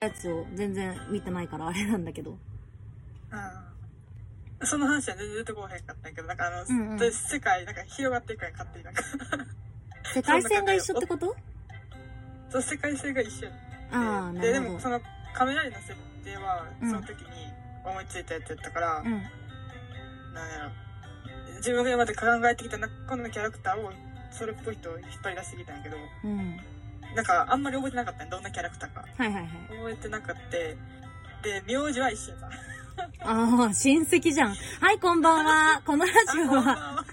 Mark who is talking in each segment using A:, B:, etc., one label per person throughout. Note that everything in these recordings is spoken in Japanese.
A: やつを全然見てないからあれなんだけど。
B: うんその話は全然出てこへんかったんやけど、なんかあの、
A: うんうん
B: で世界、なんか広がっていくやん、勝手になんか。
A: 世界線が一緒ってこと
B: そう、世界性が一緒や
A: ああ、
B: って。
A: な
B: で、で
A: るほ
B: も
A: ど。
B: そのカメラにの設定は、
A: うん
B: その時に思いついたやつやったから、
A: うん。
B: なんやろ。自分が今まで考えてきた中のキャラクターを、それっぽい人を引っ張り出してきたんやけど、
A: うん。
B: なんかあんまり覚えてなかったんやどんなキャラクターか。
A: はいはいはい。
B: 覚えてなかった。で、名字は一 緒やった。
A: ああ、 親戚じゃん。はい、こんばんは。このラジオは。
B: あ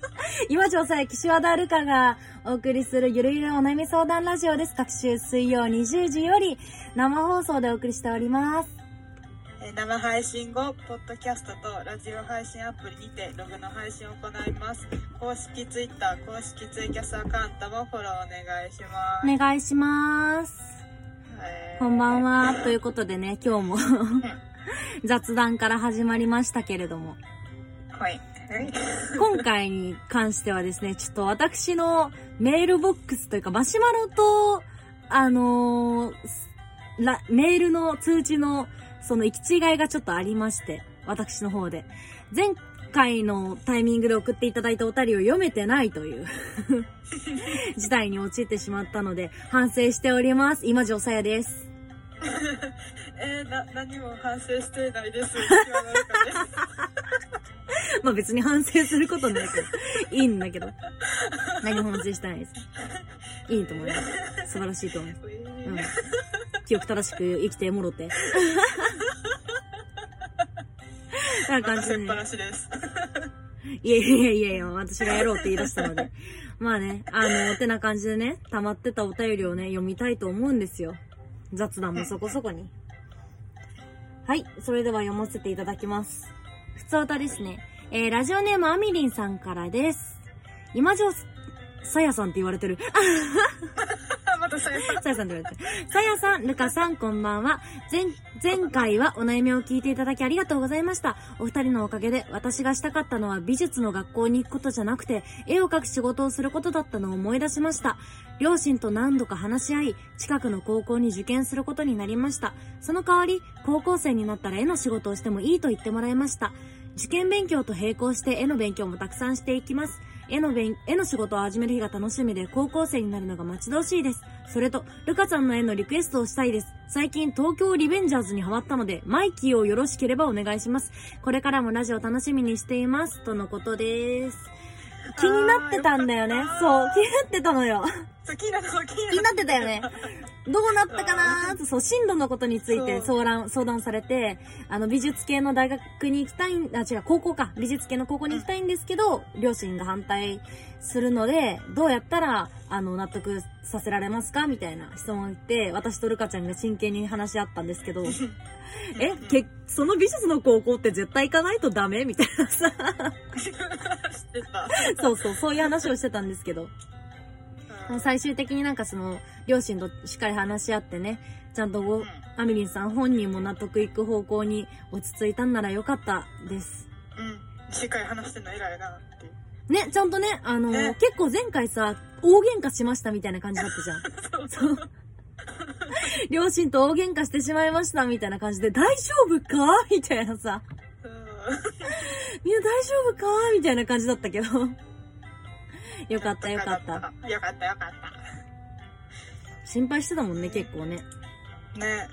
A: 今城さえ岸和田るかがお送りするゆるゆるお悩み相談ラジオです。各週水曜20時より生放送でお送りしております。
B: えー生配信後、ポッドキャストとラジオ配信アプリにてログの配信を行います。公式ツイッター、公式ツイキャスアカウントもフォローお願いします。
A: お願いします。
B: えー
A: こんばん。は。ということでね、今日も 雑談から始まりましたけれども、
B: はい。
A: 今回に関してはですね、ちょっと私のメールボックスというかマシュマロと、あのーらメールの通知のその行き違いがちょっとありまして、私の方で。前回のタイミングで送っていただいたお便りを読めてないという 事態に陥ってしまったので、反省しております。今城さやです。
B: えーな、何も反省していな いです。今の中です
A: まあ別に反省することないけど、いいんだけど。何も反省してないです。いいと思います。素晴らしいと思います。うん。記憶正しく生きてもろて。な感
B: 任
A: じで
B: せ
A: ね
B: っ ぱ。なしです。
A: いやいやいやいや、私がやろうって言い出したので。まあね、あの、てな感じでね、溜まってたお便りをね、読みたいと思うんですよ。雑談もそこそこに。はい、それでは読ませていただきます。普通歌ですね。えー、ラジオネームあみりんさんからです。今城さやさんって言われてる。
B: またさよなら
A: さやさんって言われてる。さやさん、ルカさん、こんばんは。前、前回はお悩みを聞いていただきありがとうございました。お二人のおかげで、私がしたかったのは美術の学校に行くことじゃなくて、絵を描く仕事をすることだったのを思い出しました。両親と何度か話し合い、近くの高校に受験することになりました。その代わり、高校生になったら絵の仕事をしてもいいと言ってもらいました。受験勉強と並行して絵の勉強もたくさんしていきます。絵の勉絵の仕事を始める日が楽しみで高校生になるのが待ち遠しいです。それと、ルカちゃんの絵のリクエストをしたいです。最近東京リベンジャーズにハマったので、マイキーをよろしければお願いします。これからもラジオ楽しみにしています。とのことです。気になってたんだよね
B: あーよか。っ
A: そう、
B: た
A: 気になってたのよ。
B: そう気になった、気
A: 気に
B: に
A: な
B: な
A: っ
B: って
A: たよね。どうなったかなーって、そう、進路のことについて
B: そ
A: 相談、相談されて、あの、美術系の大学に行きたいん、あ、違う、高校か。美術系の高校に行きたいんですけど、両親が反対するので、どうやったら、あの、納得させられますかみたいな質問を言って、私とルカちゃんが真剣に話し合ったんですけど、え、け、その美術の高校って絶対行かないとダメみたいなさ、
B: ってた。
A: そうそう、そういう話をしてたんですけど。
B: うん
A: 最終的になんかその、両親としっかり話し合ってね、ちゃんとご、
B: うん
A: アミリンさん本人も納得いく方向に落ち着いたんならよかったです。
B: うん。次回話してんの偉いなっていう。
A: ね、ちゃんとね、あのー
B: ね
A: 結構前回さ、大喧嘩しましたみたいな感じだったじゃん。 そう。両親と大喧嘩してしまいましたみたいな感じで、大丈夫かみたいなさ、
B: うん
A: みんな大丈夫かみたいな感じだったけど。よかったよかった。。
B: よかったよかっ
A: 心配してたもんね、結構ね。
B: た。ね。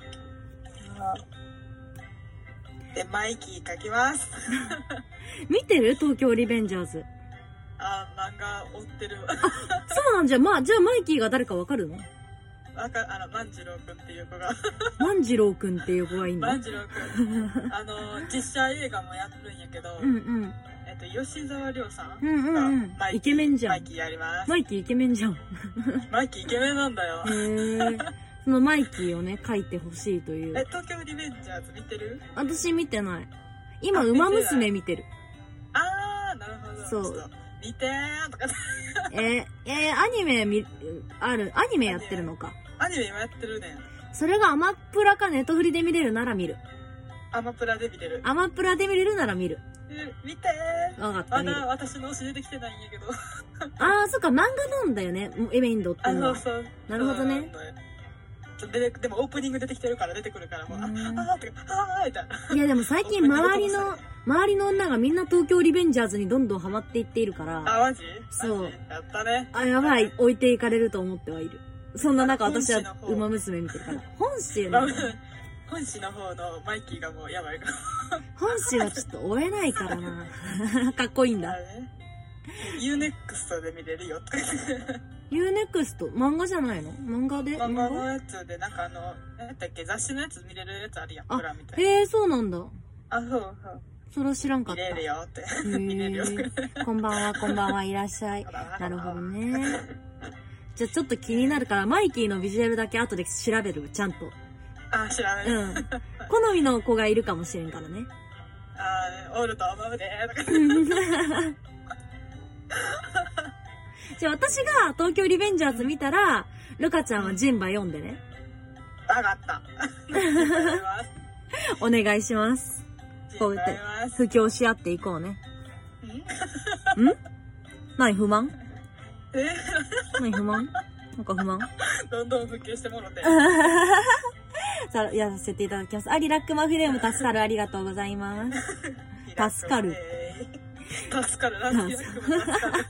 B: で、マイキー書きます。
A: 見てる東京リベンジャーズ。
B: あ、漫画追ってる。
A: そうなんじゃ、まあ、じゃあマイキーが誰かわかるの
B: わか、あの、万次郎くんっていう子が。
A: 万次郎くんっていう子がいいんだ
B: 万。次郎くん。あの、実写映画もやるんやけど、
A: うんうん。
B: えっと、吉沢亮さん
A: う。んうんうん
B: マ。イキ
A: イ
B: ー
A: ケメンじゃ
B: マ
A: ん
B: イ。キーやります。
A: マイキーイケメンじゃん。へ
B: マイキーイケメンなんだよ。
A: え。そのマイキーをね、書いてほしいとい
B: え、
A: う。
B: 東京リベンジャーズ見てる
A: 私見てない。今、
B: あ
A: 馬
B: 見てな
A: 娘
B: い
A: 見てる。
B: あー、なるほど。
A: そう
B: ちょっと。見てーとか。
A: えー、えー、アニメ見、ある、アニメやってるのか。
B: アニメ今やってるねん。
A: それがアマプラかネットフリで見れるなら見る。
B: アマプラで見てる。
A: アマプラで見れるなら見る。
B: え見てー
A: わかった、
B: ま
A: 見る。
B: だ
A: あ
B: 私の推し出てきてないんやけど。
A: あー、そっか、漫画なんだよね。エメインドってい
B: あ、
A: うの
B: そ
A: は
B: う。そう。
A: なるほどね
B: そうなんだよ。ちょっと出てでもオープニング出てきてるから出てくるからもう、ああ
A: うん
B: ーってああーみたいない
A: やでも最近周 りの、周りの女がみんな東京リベンジャーズにどんどんハマっていっているから、
B: あマジ
A: そう
B: マジやったね
A: あ、やばい、置いていかれると思ってはいる。そんな中私は
B: 本誌の方
A: 馬娘見てる から。本誌
B: まあ
A: の、
B: 本誌の方のマイキーがもうやばいから
A: 本誌はちょっと追えないからな。 かっこいいん
B: あ
A: だ。
B: れね UNEXT で見れるよとか言って
A: UNEXT、漫画じゃないの漫画で
B: 漫
A: 漫
B: 画の
A: 画
B: やつでなんかあの何だっけ雑誌のやつ見れるやつあるやん
A: あ
B: プラみたいな
A: へえ、そうなんだ。
B: あそうそう
A: それは知らんかっ
B: 見
A: た。
B: れるよって
A: へー
B: 見れるよ
A: こんばんは、こんばんは、いらっし ゃい。なるほどね。じゃあちょっと気になるから、マイキーのビジュアルだけ後で調べる、ちゃんと。
B: あ知らない、
A: うん。好みの子がいるかもしれんからね。
B: あーオールと思うでーとか
A: じゃあ私が東京リベンジャーズ見たら、ルカちゃんはジンバ読んでね。
B: わか った。 違
A: お願いします。こう
B: い
A: やって
B: ます。
A: 布教し合っていこうね。
B: ん
A: 何不満
B: え
A: 何不満なんか不満
B: どんどん復旧してもろて。
A: さあ、やらせていただきます。あ、リラックマフレーム助かるありがとうございます。助かる
B: 助かる。ラッキーラックも助かる。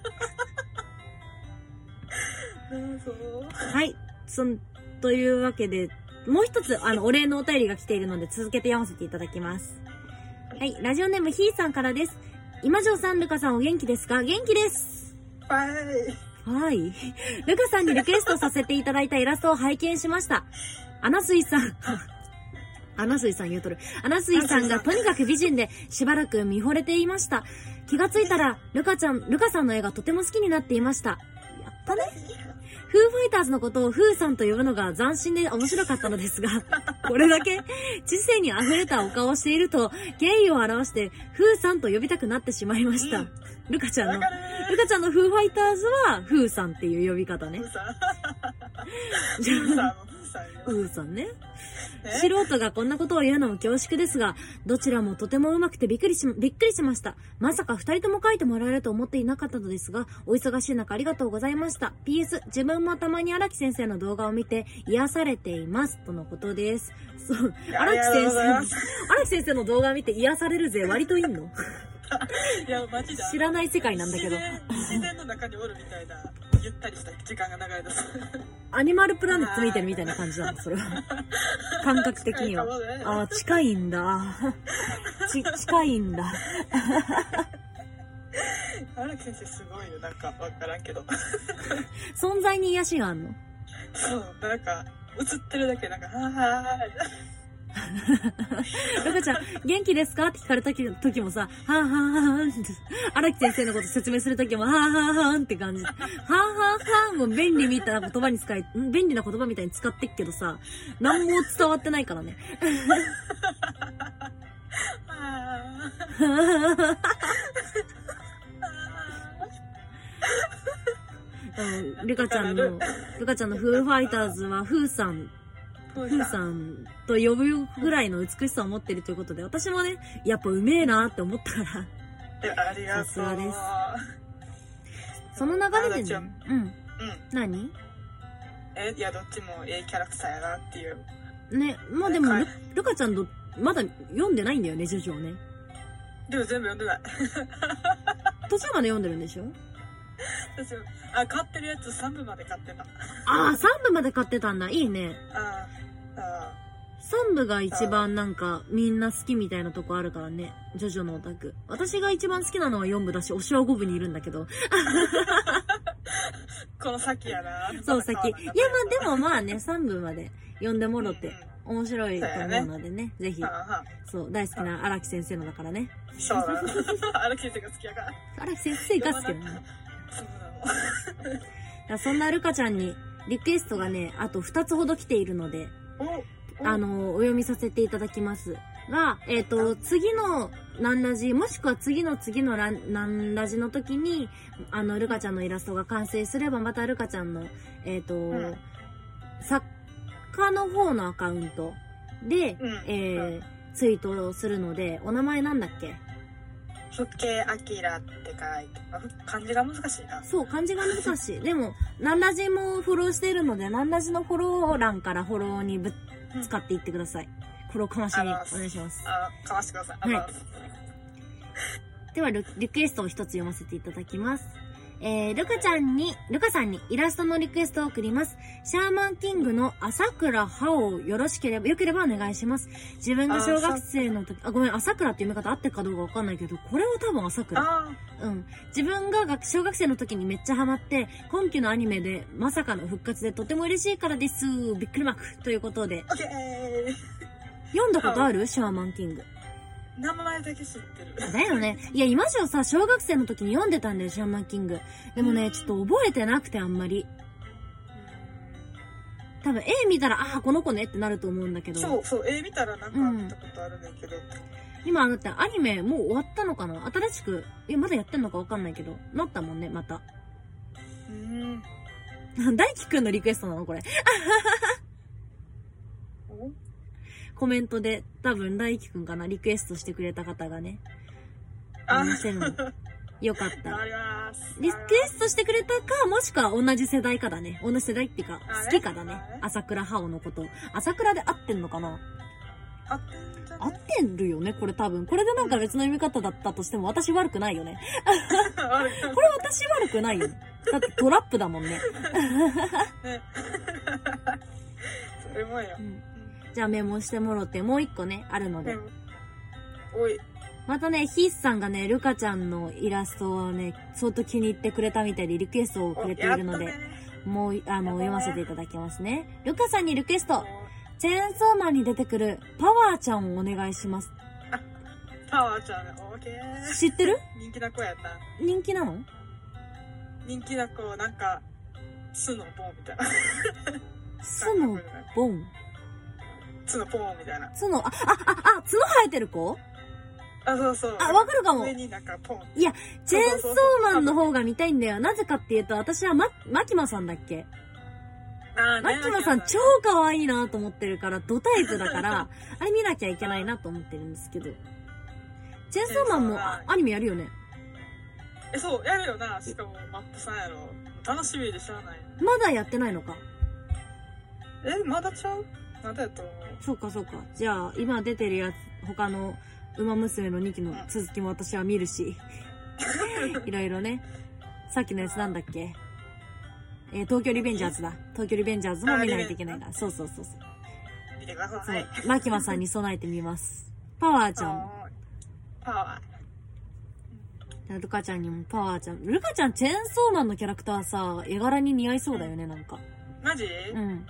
B: どうぞ。
A: はい。そん、というわけで、もう一つ、あの、お礼のお便りが来ているので、続けて読ませていただきます。はい。ラジオネームひーさんからです。今城さん、ルカさんお元気ですか元気です。
B: バイ。
A: はい。ルカさんにリクエストさせていただいたイラストを拝見しました。アナスイさん。アナスイさん言うとる。アナスイさんがとにかく美人で、しばらく見惚れていました。気がついたら、ルカちゃん、ルカさんの絵がとても好きになっていました。やったね。フーファイターズのことをフーさんと呼ぶのが斬新で面白かったのですが、これだけ知性に溢れたお顔をしていると、敬意を表して、フーさんと呼びたくなってしまいました。ルカちゃん
B: わ
A: の
B: かる
A: ルカちゃんのフーファイターズは、フーさんっていう呼び方ね
B: ふ。ーさん。ふーさんもふーさんよ。
A: フーさんね。
B: ね
A: 素人がこんなことを言うのも恐縮ですが、どちらもとても上手くてびっくりし、びっくりしました。まさか二人とも書いてもらえると思っていなかったのですが、お忙しい中ありがとうございました。PS、自分もたまに荒木先生の動画を見て癒されています。とのことです。そう。荒木
B: ありがとう
A: 先
B: ございま
A: 生、荒木先生の動画を見て癒されるぜ。割といいの
B: いや、マジだ。
A: 知らない世界なんだけど。
B: 自然自然の中におるみたいな、ゆったりした時間が流れ出す。
A: アニマルプラネット見てるみたいな感じなの、それは。感覚的には
B: 近いかもね。
A: ああ、近いんだ。 ち、近いんだ。
B: 荒木先生すごいよ。なんかわからんけど。
A: 存在に癒しがあんの。
B: そう、なんか、映ってるだけでなんか、はーはーい。
A: ルカちゃん、元気ですかって聞かれた時時もさ、はぁはぁはぁんって、荒木先生のこと説明する時も、はぁはぁはぁんって感じ。はぁはぁはぁんも便利みたいな言葉に使い、ん便利な言葉みたいに使ってっけどさ、何も伝わってないからね。
B: あー
A: うんルカちゃんの、ルカちゃんのフーファイターズは、フーさん
B: ふ
A: ふーさんと呼ぶぐらいの美しさを持ってるということで、私もね、やっぱうめえなって思ったから、
B: えありがとう。
A: さすがですその流れでね、うん、
B: うん。
A: 何
B: え、いや、どっちもええキャラクターやなっていう。
A: ね、まあでも
B: は
A: ル
B: い、
A: ルカちゃんと、まだ読んでないんだよね、徐々ね。
B: でも全部読んでない。
A: 途中まで読んでるんでしょ
B: 私もあ、買ってるやつ3部まで買ってた。
A: ああ、3部まで買ってたんだ、いいね。
B: あーあ
A: 3部が一番なんか、みんな好きみたいなとこあるからね、ジョジョのオタク。私が一番好きなのは4部だし、推しは5部にいるんだけど、
B: ーこの先やな。
A: そう、先。いや、まあでもまあね、3部まで読んでも
B: も
A: ろて、面白いと思うのでね、ぜひ
B: あー。は
A: そう、大好きな荒木先生のだからね。
B: ーそうな の。荒木先生が好きやから。
A: 荒木先生が好きなの。だか
B: そうなの。
A: らそんなルカちゃんにリクエストがね、あと2つほど来ているので、
B: お
A: あ、の、お読みさせていただきます。が、えっ、と、次の何ラジ、もしくは次の次のラン何ラジの時に、あの、ルカちゃんのイラストが完成すれば、またルカちゃんの、えっ、と、
B: ん
A: 作家の方のアカウントで、
B: うん
A: えーツイートをするので、お名前なんだっけ
B: ふけあきらって書いて、あふ漢字が難しいな。
A: そう、漢字が難し い。でも、何ラジもフォローしているので、何ラジのフォロー欄からフォローにぶっ使っていってください。フォローかましにお願いします。
B: あ、かわしてください。あ
A: はいではリ、リクエストを一つ読ませていただきます。えー、ルカちゃんに、ルカさんにイラストのリクエストを送ります。シャーマンキングの朝倉葉をよろしければ、よければお願いします。自分が小学生の時、あ、ごめん、朝倉って読み方合ってるかどうかわかんないけど、これは多分朝倉。
B: あ
A: うん。自分が学小学生の時にめっちゃハマって、今期のアニメでまさかの復活でとても嬉しいからです。びっくりマーク。ということで、
B: ー、オッケー
A: 読んだことあるシャーマンキング。
B: 名前だけ知ってる。
A: だよね。いや、今じゃさ、小学生の時に読んでたんだよ、シャーマンキング。でもね、ちょっと覚えてなくて、あんまり。多分、絵見たら、ああ、この子ねってなると思うんだけ
B: そ
A: ど。
B: うそう、絵見たらなんか見たことあるねんけど。
A: 今、だってアニメもう終わったのかな新しく、いや、まだやってんのかわかんないけど、なったもんね、また。
B: うん。
A: 大輝くんのリクエストなのこれ。
B: お
A: コメントで、多分、大輝くんかなリクエストしてくれた方がね。
B: あ、
A: 話 せるの。よかっ
B: 変わ
A: た。
B: ります。
A: リクエストしてくれたか、もしくは同じ世代かだね。同じ世代っていうか、好きかだね。朝倉ハオのこと。朝倉で合ってんのかな
B: あってんじゃ
A: 合
B: ね
A: ってるよね、これ多分。これでなんか別の読み方だったとしても、私悪くないよね。
B: あれ
A: これ私悪くないよね。だってトラップだもんね。
B: それもや
A: う。んじゃあメモしてもろって、もう一個ね、あるの
B: で
A: で
B: も。、おい、
A: またね、ヒースさんがね、ルカちゃんのイラストをね、相当気に入ってくれたみたいでリクエストをく
B: お
A: れてい
B: やっ
A: る
B: と
A: ので、
B: ね。
A: もう、あの、読ませていただきますね。ルカさんにリクエスト、
B: あ、
A: チェーンソーマンに出てくるパワーちゃんをお願いします。
B: パワーちゃんね、オーケー。
A: 知ってる
B: 人気な子やった。
A: 人気なの
B: 人気な子、なんか、巣の棒みたいな。
A: スのボン。
B: 巣のポーンみたいな。
A: 角、あ、あ、あ、あ、角生えてる子
B: あ、そうそう。
A: あ、わかるかも
B: 上。になんかポン。
A: チェーンソーマンの方が見たいんだよ。なぜかっていうと、私はま、マキマさんだっけ
B: あー
A: マキマさん超可愛いなと思ってるから、ドタイプだ から、あれ見なきゃいけないなと思ってるんですけど。チェーンソーマンもあアニメやるよね。
B: え、そう、やるよな。しかも、マップさんやろ。楽しみでしゃあない。
A: まだやってないのか。
B: え、まだちゃうまだやと思う。
A: そうかそうか。じゃあ、今出てるやつ、他の、馬娘の2期の続きも私は見る し。いろいろね。さっきのやつなんだっけえー東京リベンジャーズだ。東京リベンジャーズも見ないといけないな。そうそうそうそう。
B: 見てくだ
A: そ
B: さ
A: う
B: い。
A: マキマさんに備えてみます。パワーちゃんも。
B: はーいパワ
A: ルカちゃんにもパワーちゃん。ルカちゃん、チェーンソーマンのキャラクターさ、絵柄に似合いそうだよね、なんか。
B: ー。マジ、
A: うん。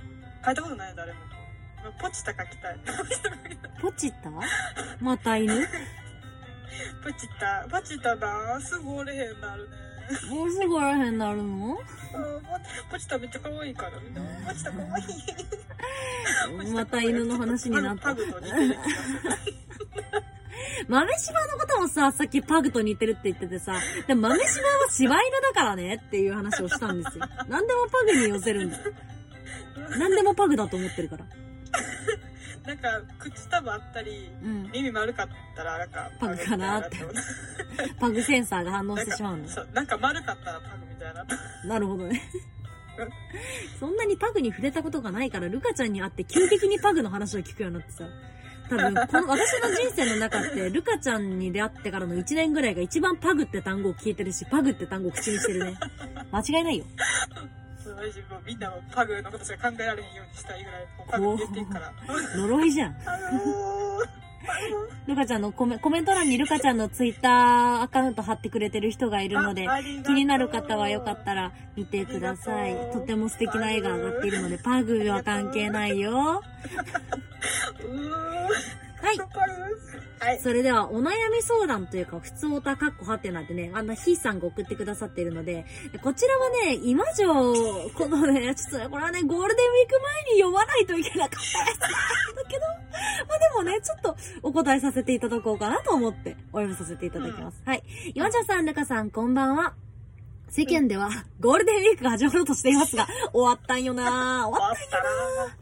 B: 書いたことないよ誰も。ポチタ書きた い。
A: ポチッタまた犬も
B: ポチタ、ポチタだ。すぐ折れへんなるね。
A: うすぐあらへんなるの
B: うんポチポチタめっちゃ可愛いから。みんなポチタ可愛い。 ポチタ可愛い
A: また犬の話になった
B: パ。グと似てる気が
A: 豆柴のこともさ、さっきパグと似てるって言っててさ、でも豆柴は柴犬だからねっていう話をしたんですよ。何でもパグに寄せるんだ。何でもパグだと思ってるから。
B: する。なんか、口束あったり、
A: うん。
B: 耳丸かったら、なんか、
A: パグかなって
B: パグみたいな
A: パグセンサーが反応
B: な
A: し
B: ん
A: てしまうの
B: か、。そう、なんか丸かったらパグみたいな。
A: なるほどね。そんなにパグに触れたことがないから、ルカちゃんに会って急激にパグの話を聞くようになってさ。多分、この、私の人生の中って、ルカちゃんに出会ってからの1年ぐらいが一番パグって単語を聞いてるし、パグって単語を口にしてるね。間違いないよ。
B: そう、私もうみんなもパグのことしか考えられへんようにしたいぐらい、もうパグ出てるから。
A: 呪いじゃん。
B: あのー、
A: ルカちゃんのコメコメント欄にルカちゃんのツイッターアカウント貼ってくれてる人がいるので、気になる方はよかった
B: ら。
A: ら見てください
B: ありがと。
A: と
B: う
A: ても素敵な絵が上がっているので、パグは関係ないよ。は
B: うーん
A: い。
B: はい。
A: それでは、お悩み相談というか、普通オタカッコハテナでね、あんなヒーさんが送ってくださっているので、こちらはね、今城、このね、 ちょっとね、これはね、ゴールデンウィーク前に読まないといけなかったやつなんだけど、まあでもね、ちょっとお答えさせていただこうかなと思って、お読みさせていただきます。はい。今城さん、ルカさん、こんばんは。世間では、ゴールデンウィークが始まろうとしていますが、終わったんよな終わっ
B: 終わったな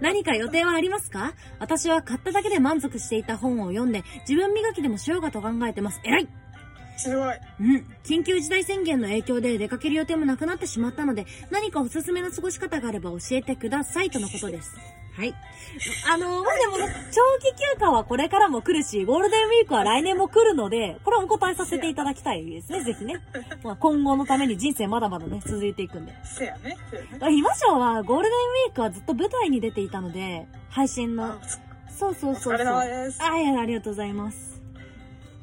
A: 何か予定はありますか私は買っただけで満足していた本を読んで、自分磨きでもしようかと考えてます。偉い
B: すごい。
A: うん。緊急事態宣言の影響で出かける予定もなくなってしまったので、何かおすすめの過ごし方があれば教えてくださいとのことです。はい。あの、まあ、でも、長期休暇はこれからも来るし、ゴールデンウィークは来年も来るので、これはお答えさせていただきたいですね、ぜひね。まあ、今後のために人生まだまだね、続いていくんで。
B: せやね。せやね。
A: 今章はゴールデンウィークはずっと舞台に出ていたので、配信の
B: あ、おつ
A: そうそうそう
B: お
A: そう。
B: 疲れ様です。
A: あいや、ありがとうございます。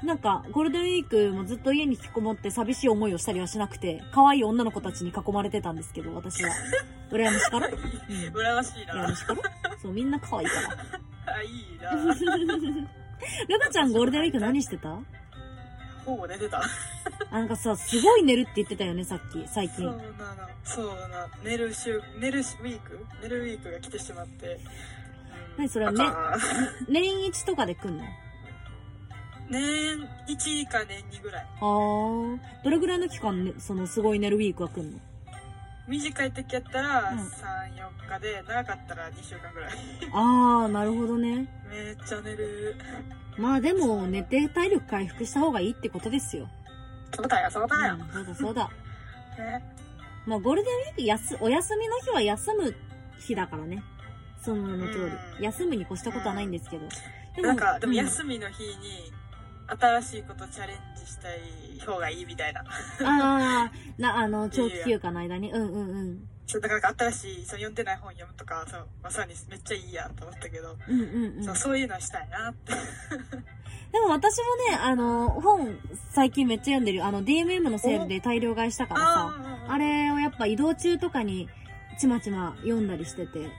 A: なんか、ゴールデンウィークもずっと家に引きこもって寂しい思いをしたりはしなくて、可愛い女の子たちに囲まれてたんですけど、私は。羨まし からうん。羨
B: 羨ましいな。
A: ましからそう、みんな可愛いから。
B: あ、いいな。
A: ルカちゃんゴールデンウィーク何してた
B: ほぼ寝てた。
A: あなんかさ、すごい寝るって言ってたよね、さっき、最
B: そう
A: 近。
B: なの。そうなの。寝る週、寝るウィーク寝るウィークが来てしまって。
A: 何それはね
B: あかん
A: 年一とかで来んの
B: 年1か年2ぐらい。
A: あー。どれぐらいの期間、ね、そのすごい寝るウィークは来ん の
B: 短い時やったら
A: うん
B: 3、4日で、長かったら2週間ぐらい。
A: あー、なるほどね。
B: めっちゃ寝る。
A: まあでも、寝て体力回復した方がいいってことですよ。
B: そうだよ、そうだよ。
A: うん、そうだそうだ。
B: ね。
A: まあ、ゴールデンウィークやす、お休みの日は休む日だからね。その名の通
B: う
A: り。
B: ん
A: 休むに越したことはないんですけど。
B: なんか、でも
A: うん
B: 休みの日に、新しいことチャレンジしたい方がいいみたいな。
A: ああ、な、あの、長期休暇の間に、うんうんうん。
B: そうだからなんか新しい、そう読んでない本読むとか、そうまさにめっちゃいいやんと思ったけど、
A: うんうんうん。で
B: そうそういうのしたいなって。
A: も私もね、あの、本、最近めっちゃ読んでるよ。あの、DMM のセールで大量買いしたからさ。
B: あー
A: あれをやっぱ移動中とかに、ちまちま読んだりしてて。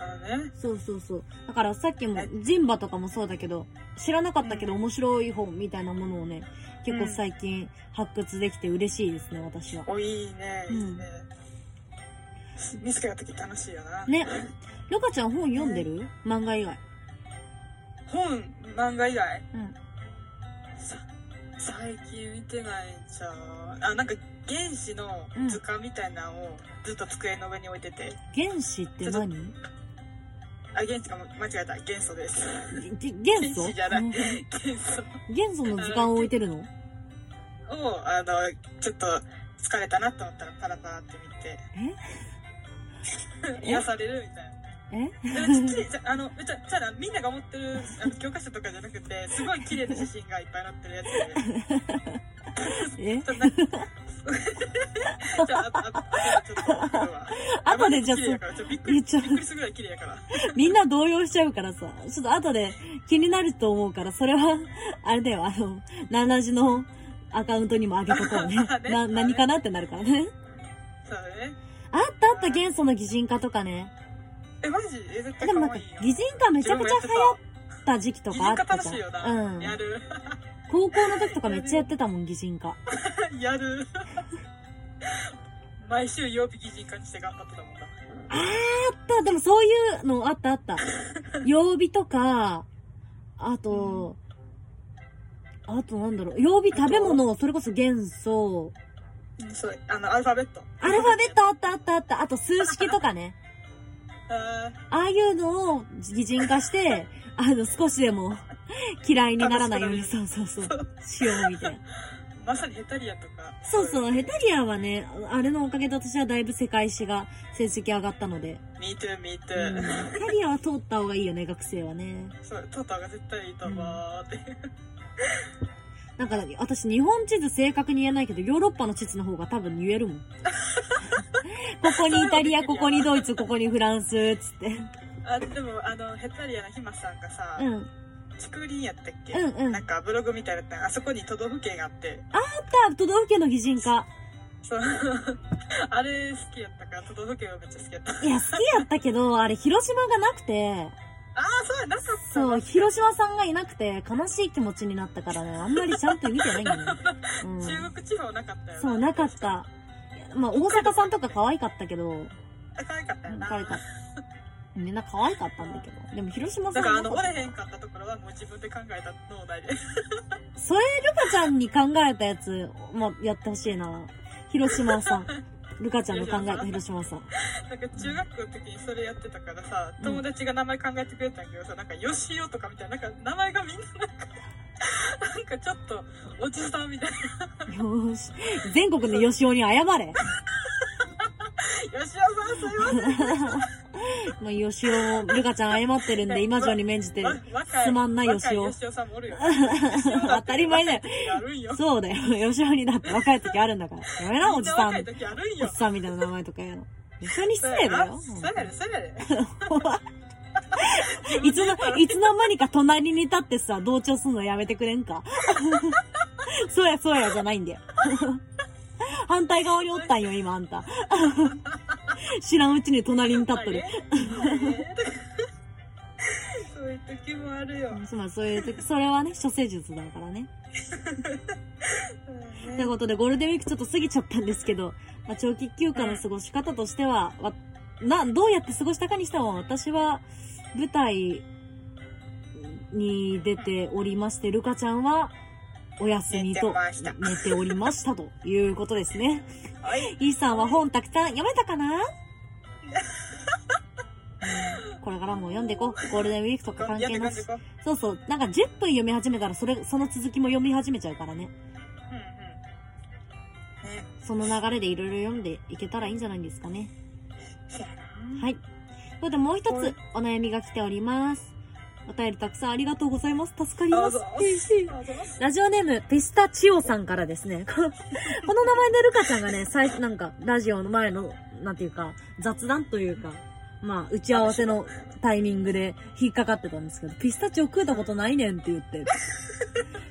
B: あのね。
A: そうそうそう。だからさっきも
B: え、
A: ジンバとかもそうだけど、知らなかったけど
B: うん
A: 面白い本みたいなものをね、結構最近発掘できて嬉しいですね、私は。
B: お、いいね、
A: うん
B: いいね。見つけた時楽しいよな。
A: ね。ルカちゃん本読んでる漫画以外。
B: 本、漫画以外
A: うん。
B: さ最近見てないんちゃうあ、なんか原始の図鑑みたいなのをずっと机の上に置いてて。
A: 原子って何げ
B: あ、原始かも、間違えた。元素です。
A: 元素
B: 原子じゃない
A: うん
B: 元素
A: 元素の図鑑を置いてる の
B: を、あの、ちょっと疲れたなと思ったらパラパラって見て。
A: え
B: 癒されるみたいな。
A: え
B: でもちっちゃいじゃあのめっちゃじゃあみんなが持ってるあの教科書とかじゃなくてすごい綺麗な写真がいっぱい載ってるや
A: え
B: つでちょっとなじゃああとあとあとちょっと送るわ
A: 後でじゃあ
B: あまりに綺麗やからちょっとびっく
A: 言
B: り
A: っちゃう
B: びっくりするぐらい綺麗やから
A: みんな動揺しちゃうからさ、ちょっと後で気になると思うから、それは、 あれだよ、あの、ナナジのアカウントにも上げとこうね
B: あ。れ
A: な、何かなってなるからね。
B: そうだね
A: あったあった、元素の擬人化とかね。
B: えマジえ絶対
A: でも
B: 可
A: なんか
B: 愛いよ、
A: 擬人化めちゃくちゃ流行った時期と
B: 擬
A: かあ
B: 人
A: った
B: 化楽
A: じ
B: しいよ
A: ゃ
B: な、
A: ん。うん。
B: やる
A: 高校の時とかめっちゃやってたもん、擬人化。
B: やる毎週曜日擬人化にして頑張ってたもんな
A: あった、でもそういうのあったあ った。曜日とか、あと、あとなんだろう、曜日食べ物、それこそ元素、
B: うんそうあのアルファベット
A: アルファベットあったあったあった。あと数式とかね。
B: あ
A: ああいうのを擬人化して、あの、少しで も嫌いにならないように、
B: 楽し
A: そうそうそう、しようみたいな。
B: ーまさにヘタリアとか
A: そうそう、ヘタリアはね、あれのおかげで私はだいぶ世界史が成績上がったので。
B: Me too, me
A: うん
B: too、
A: ヘタリアは通った方がいいよね、学生はね。
B: そう、トトが絶対いいと思うって。
A: なんか、私日本地図正確に言えないけど、ヨーロッパの地図の方が多分言える もん。ここにイタリア、ここにドイツ、ここにフランス、つって。
B: あ、でも、あの、ヘタリアのひまさんがさ、
A: うん。
B: 竹林やったっけ、
A: うんうん
B: なんかブログみたいだったあそこに都道府県があって、
A: た、都道府県の擬人化。
B: そう、 あれ好きやったから、都道府県はめっちゃ好きやった。あ
A: いや、好きやったけど、あれ、広島がなくて、
B: あ、そうや、なかった。
A: そう、広島さんがいなくて、悲しい気持ちになったからね、あんまりちゃんと見てないんだよね。うん。
B: 中国地方なかったよな。
A: そう、なかった。いやまあ、大阪さんとか可愛かったけど、うん
B: あ。可愛かったよな。
A: 可愛かった。みんな可愛かったんだけど。でも、広島さ
B: だ
A: ん
B: からあ
A: な
B: の
A: かった
B: 折れへんかったところはもう自分で考えた脳内で
A: それ、ルカちゃんに考えたやつ、まあ、やってほしいな。広島さん。 ルカちゃんの考えた広島さん。
B: なんか中学校の時にそれやってたからさ
A: うん
B: 友達が名前考えてくれたんやけどさなんか「よしお」とかみたいななんか名前がみんななんかなんかちょっとおじさんみたい
A: よし。全国のよしおに謝れ。
B: な 吉尾さんすいません
A: もうよしおも、ルカちゃん謝ってる んで、今上に免じて
B: わ、若
A: すまんないよしお
B: 若い吉尾さんもおるよ吉尾だっ て
A: 当たり前だよ
B: 若い時あるんよ
A: そうだよ。よしおにだって若い時あるんだから。やめな、おじ さん
B: みな若い。時あるん
A: おっ
B: よ
A: さんみたいな名前とか言うの。一緒に失 礼だよ。
B: それやでそれやで
A: いつの、いつの間にか隣に立ってさ、同調するのやめてくれんか そうや、そうや、じゃないんだよ。 反対側におったんよ、今、あんた。 知らんうちに隣に立っとる。
B: そういう時もあるよ。
A: つまりそういう時、それはね、処世術だからね。
B: そう
A: とい
B: ね
A: うことで、ゴールデンウィークちょっと過ぎちゃったんですけど、まあ、長期休暇の過ごし方としては、わな、どうやって過ごしたかにしても、私は、舞台に出ておりまして、ルカちゃんは、お休みと
B: 寝てました、
A: 寝ておりましたということですね。
B: はい。
A: イーさんは本たくさん読めたか なうんこれからも読んでいこう。ゴールデンウィークとか関
B: やっ
A: 係
B: て
A: な
B: 感
A: し
B: じ。こう。
A: そうそう。なんか10分読み始めたら、それ、その続きも読み始めちゃうからね。
B: うんうん。ね。
A: その流れでいろいろ読んでいけたらいいんじゃないんですかね。
B: せや
A: はい。ということでもう一
B: はい
A: つお悩みが来ております。お便りたくさんありがとうございます。助かり
B: な。ど
A: ま
B: う
A: す
B: ぞ。。
A: 嬉しい
B: どうぞ。
A: ラジオネーム、ピスタチオさんからですね。 このこの名前でルカちゃんがね、最初、なんか、ラジオの前の、なんていうか、雑談というか、まあ、打ち合わせのタイミングで引っかかってたんですけど、ピスタチオ食うたことないねんって言って、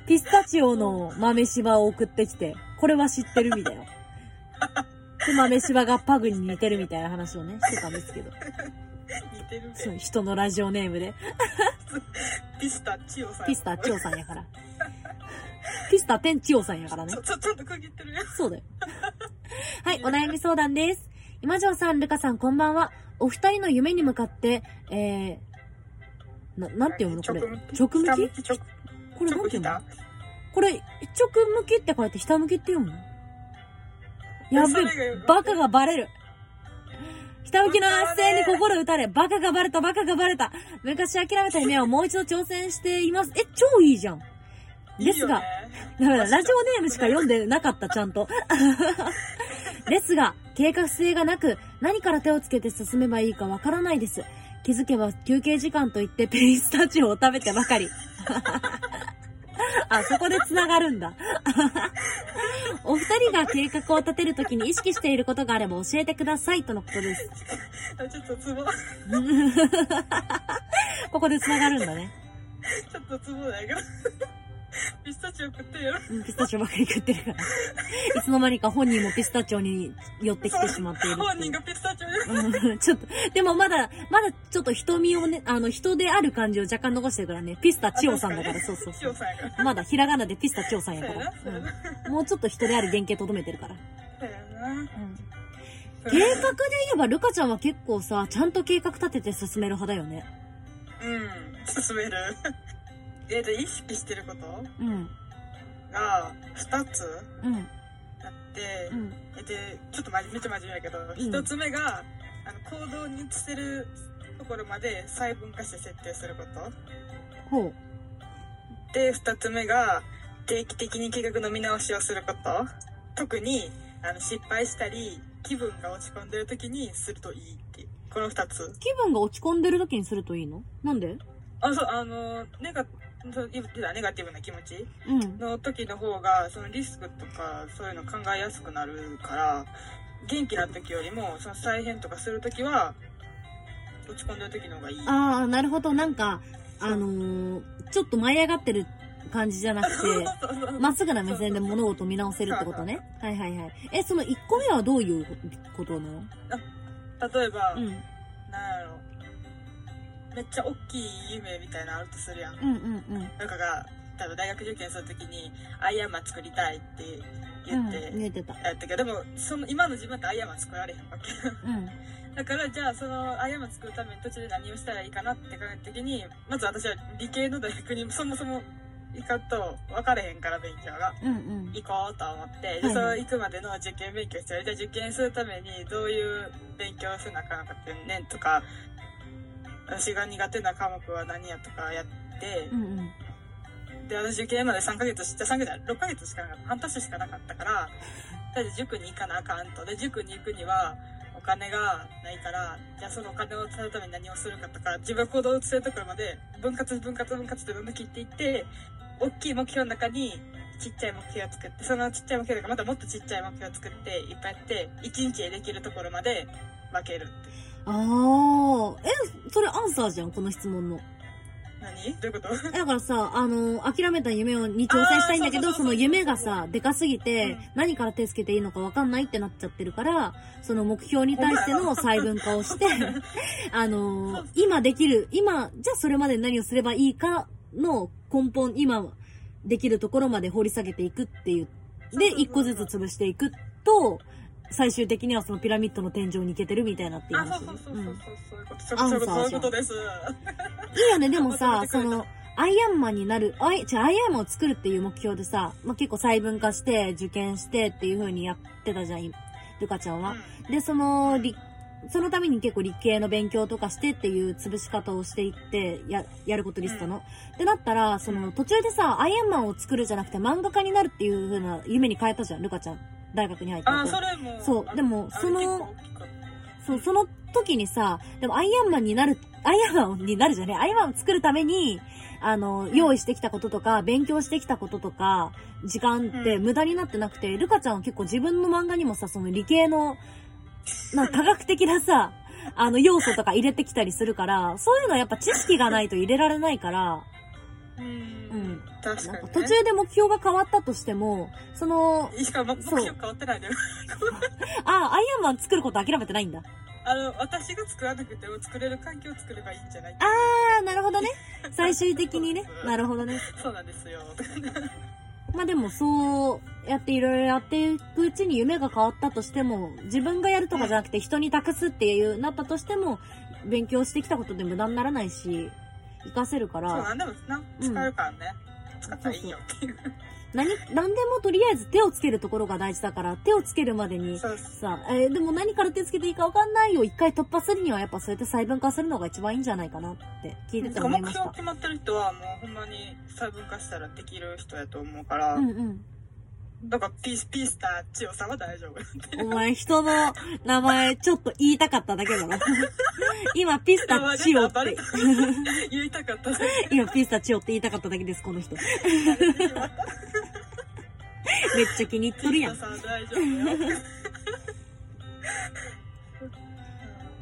A: ピスタチオの豆柴を送ってきて、これは知ってるみたいな。で、豆柴がパグに似てるみたいな話をね、してたんですけど、
B: 似てるね
A: そう、人のラジオネームで、
B: ピスタチオさん。
A: ピスタチオさんやから。ピスタテンチオさんやからね
B: ちょ、。ちょ、ちょっと区切ってるよ。
A: そうだ よ。はい、お悩み相談です。今城さん、ルカさん、こんばんは。お二人の夢に向かって、えー、な、なんて読むのこれ。直向
B: 下向
A: き
B: き直
A: これなん
B: 直
A: て読
B: き
A: むの
B: だ
A: これ、直向きって書いて下向きって読むのや
B: それが
A: べ
B: よくわか
A: バ
B: ん
A: カがバレる。北向きの圧政に心打たれ、バカがバレた、バカがバレた。昔諦めた夢をもう一度挑戦しています。え、超いいじゃん。
B: いい
A: です
B: よね
A: が、だから、ラジオネームしか読んでなかった、ちゃんと。 ですが、計画性がなく、何から手をつけて進めばいいかわからないです。気づけば休憩時間といってピスタチオを食べてばかり。 あ、そこで繋がるんだ。 お二人が計画を立てるときに意識していることがあれば教えてください、とのことです。
B: あちょっとツボ、
A: ここで繋がるんだね。
B: ちょっとツボだけど。ピスタチオ食ってよ。
A: うんピスタチオばっかり食ってるから。いつの間にか本人もピスタチオに寄ってきてしまっているっていう。
B: 本人がピスタチオです。
A: うん ちょっと、でもまだ、まだちょっと瞳をね、あの、人である感じを若干残してるからね、ピスタチオさんだから、そうそう
B: チ
A: そ
B: オ
A: う。
B: さんやから。
A: まだひらがなでピスタチオさん
B: そう
A: やか
B: や
A: ら
B: な、そうやな。。
A: うんもうちょっと人である原型とどめてるから。
B: そうやな。
A: 計画で言えば、ルカちゃんは結構さ、ちゃんと計画立てて進める派だよね。
B: うん、進める。 え、で、意識してること
A: うん、
B: が2つ
A: うん、
B: あって
A: う、ん、
B: えで、ちょっと真面目っちゃ真面目やけど、
A: ん
B: 1つ目が、あの、行動に移せるところまで細分化して設定すること。
A: ほう。
B: で、2つ目が、定期的に計画の見直しをすること。特に、あの、失敗したり、気分が落ち込んでる時にするといいっていう。この2つ。
A: 気分が落ち込んでる時にするといいのなんで
B: あ、そう、あの、ネガ、そう言ってたネガティブな気持ち
A: うん。
B: の時の方がそのリスクとかそういうの考えやすくなるから元気な時よりもその再編とかする時は落ち込んでる時の方がいい
A: あー、なるほど、なんか、あのー、ちょっと舞い上がってる感じじゃなくて、
B: そうそうそ う
A: まっすぐな目線で物事を見直せるってことね。はいはいはい。え、その1個目はどういうことなの
B: 例えば、
A: うん。
B: なんやろめっちゃ大きい夢みたいなのあるとするやん
A: うんうん
B: なんかが多分大学受験する時にアイアンマン作りたいって
A: うん。
B: 言って、
A: うん、見えてた。
B: やったけどでもその今の自分ってアイアンマン作られへんわけ
A: うん。
B: だからじゃあそのアイアンマン作るために途中で何をしたらいいかなって考えた時にまず私は理系の大学にそもそも行かんと分かれへんから勉強が。
A: うんうん。
B: 行こうと思って、
A: は
B: で
A: い
B: その行くまでの受験勉強してじゃあ受験するためにどういう勉強をせなあかんかってんねんとか私が苦手な科目は何やとかやって
A: うんうん。
B: で、私受験まで3ヶ月し、じゃ3ヶ月じゃない、6ヶ月しかなかった、半年しかなかったから、とりあえず塾に行かなあかんと。で、塾に行くには、お金がないから、じゃあそのお金を使うために何をするかとか、自分が行動を移せるところまで、分割、分割、分割ってどんどん切っていって、大きい目標の中に、ちっちゃい目標を作って、そのちっちゃい目標とか、またもっとちっちゃい目標を作って、いっぱいやって、1日でできるところまで分けるって。
A: あー。え、それアンサーじゃん、この質問の。
B: 何 どういうこと
A: えだからさ、あの、諦めた夢をに挑戦したいんだけ
B: あ
A: ど、
B: ー
A: そ
B: そうそうそうそう
A: の夢がさ、でかすぎて、
B: うん
A: 何から手つけていいのかわかんないってなっちゃってるから、その目標に対して
B: お
A: の
B: 前
A: 細分化をして、あ
B: そ
A: の
B: うそ、
A: 今できる、今、じゃあそれまでに何をすればいいかの根本、今できるところまで掘り下げていくっていう。で、
B: そうそうそうそう
A: 一個ずつ潰していくと、最終的にはそのピラミッドの天井に行けてるみたいなっていう
B: あ、
A: 話。
B: そうそうそうそううんそういうこと、そういうこと、そういうことです。
A: いいよね、でも
B: まと
A: さ
B: め、てく
A: そ
B: れた
A: の、アイアンマンになる、アイ、違うアイアンマンを作るっていう目標でさ、まあ、結構細分化して、受験してっていう風にやってたじゃん、いルカちゃんは。
B: う
A: で、その、理そのために結構理系の勉強とかしてっていう潰し方をしていって、や、やることリストの。ってなったら、その、途中でさ、アイアンマンを作るじゃなくて漫画家になるっていう風な夢に変えたじゃん、ルカちゃん。大学に入った
B: ん、あ、
A: 後
B: それも。
A: そう
B: あ
A: でも
B: あ
A: その
B: 結構大きく
A: そう、その時にさ、でもアイアンマンになる、アイアンマンになるじゃねえアイアンマンを作るために、あの、用意してきたこととか、勉強してきたこととか、時間って
B: うん
A: 無駄になってなくて、ルカちゃんは結構自分の漫画にもさ、その理系 の、なんか科学的なさ、あの、要素とか入れてきたりするから、そういうのはやっぱ知識がないと入れられないから、
B: う
A: うん
B: ん。確
A: なん
B: か
A: か
B: に。
A: 途中。で目標が変わったとしても、その、
B: しかも、目
A: そう
B: 標変わってないのよ。
A: あ、アイアンマン作ること諦めてないんだ。
B: あの、私が作らなくても作れる環境を作ればいいんじゃない
A: あー、なるほどね。最終的にね。なるほどね。
B: そうなんですよ。
A: まあでもそうやっていろいろやっていくうちに夢が変わったとしても、自分がやるとかじゃなくて人に託すっていうなったとしても、勉強してきたことで無駄にならないし、活かせるか
B: そう、
A: ら、
B: なんでも、なん使えるからね。使ったらいいよっていう。
A: 何、何でもとりあえず手をつけるところが大事だから、手をつけるまでに、
B: そうそう
A: さ、えーでも何から手つけていいかわかんないよ。一回突破するにはやっぱそうやって細分化するのが一番いいんじゃないかなって聞いて
B: 目
A: て思いまし
B: 標
A: た。
B: 決まってる人はもうほんまに細分化したらできる人やと思うから、
A: うんうん。
B: だからピースピースター千代さんは大丈夫
A: お前人の名前ちょっと言いたかっただけだな。 今ピスタチオって。
B: 言いたかっただ
A: 今ピスタチオって言いたかっただけです、この 人。めっ
B: け
A: ちゃ気に入っとるやん。
B: さん大丈夫よ。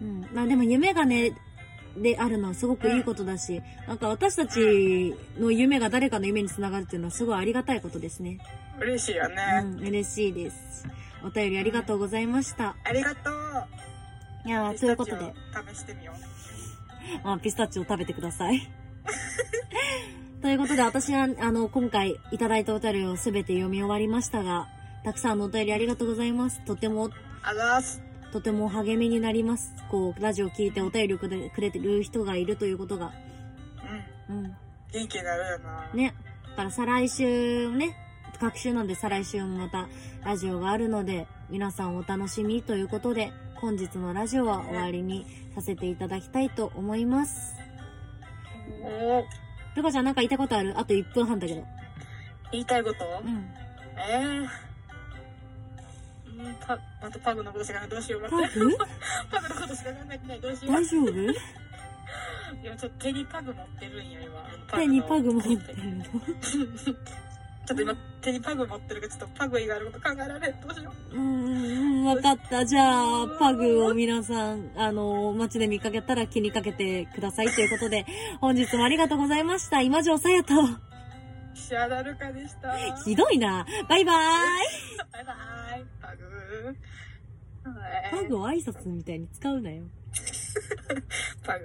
A: うん。まあでも夢がね、であるのはすごくいいことだし、なんか私たちの夢が誰かの夢につながるっていうのはすごいありがたいことですね。
B: 嬉しいよ
A: う
B: ね。
A: ん、嬉しいです。お便りありがとうございました。
B: ありがとう。
A: いやー、ということで、
B: ピスタチオ試してみよう。
A: まあ、ピスタチオ食べてくださ い。ということで、私は、あの、今回いただいたお便りをすべて読み終わりましたが、たくさんのお便りありがとうございます。とても、
B: あざーす。
A: とても励みになります。こう、ラジオ聞いてお便りをくれくれてる人がいるということが。
B: うん。
A: うん。
B: 元気になるよな。
A: ね。だから再来週ね、各週なんで再来週もまたラジオがあるので、皆さんお楽しみということで、本日のラジオは終わりにさせていただきたいと思います。
B: おー
A: ルカちゃんなんか言いたいことあるあと1分半だけど。
B: 言いたいこと
A: うん。
B: えー。うんパまたパグのことしかないどうしよう
A: パ
B: 待って
A: グ
B: パグのことしか考えてないどうし よ
A: 大丈夫
B: ういやちょっと手にパグ持ってるんや今
A: 手にパグ持ってる
B: ちょっと今手にパグ持ってるけどちょっとパグ以外のこと考えられんどうしよう
A: の。うんうんうん、わかった。じゃあ、パグを皆さん、あの、街で見かけたら気にかけてくださいということで、本日もありがとうございました。今城さやと。
B: シャラルカでしたバイ
A: ひどいな。バイバ
B: バイパグ
A: ーイ。パグを挨拶みたいに使うなよ。
B: パグ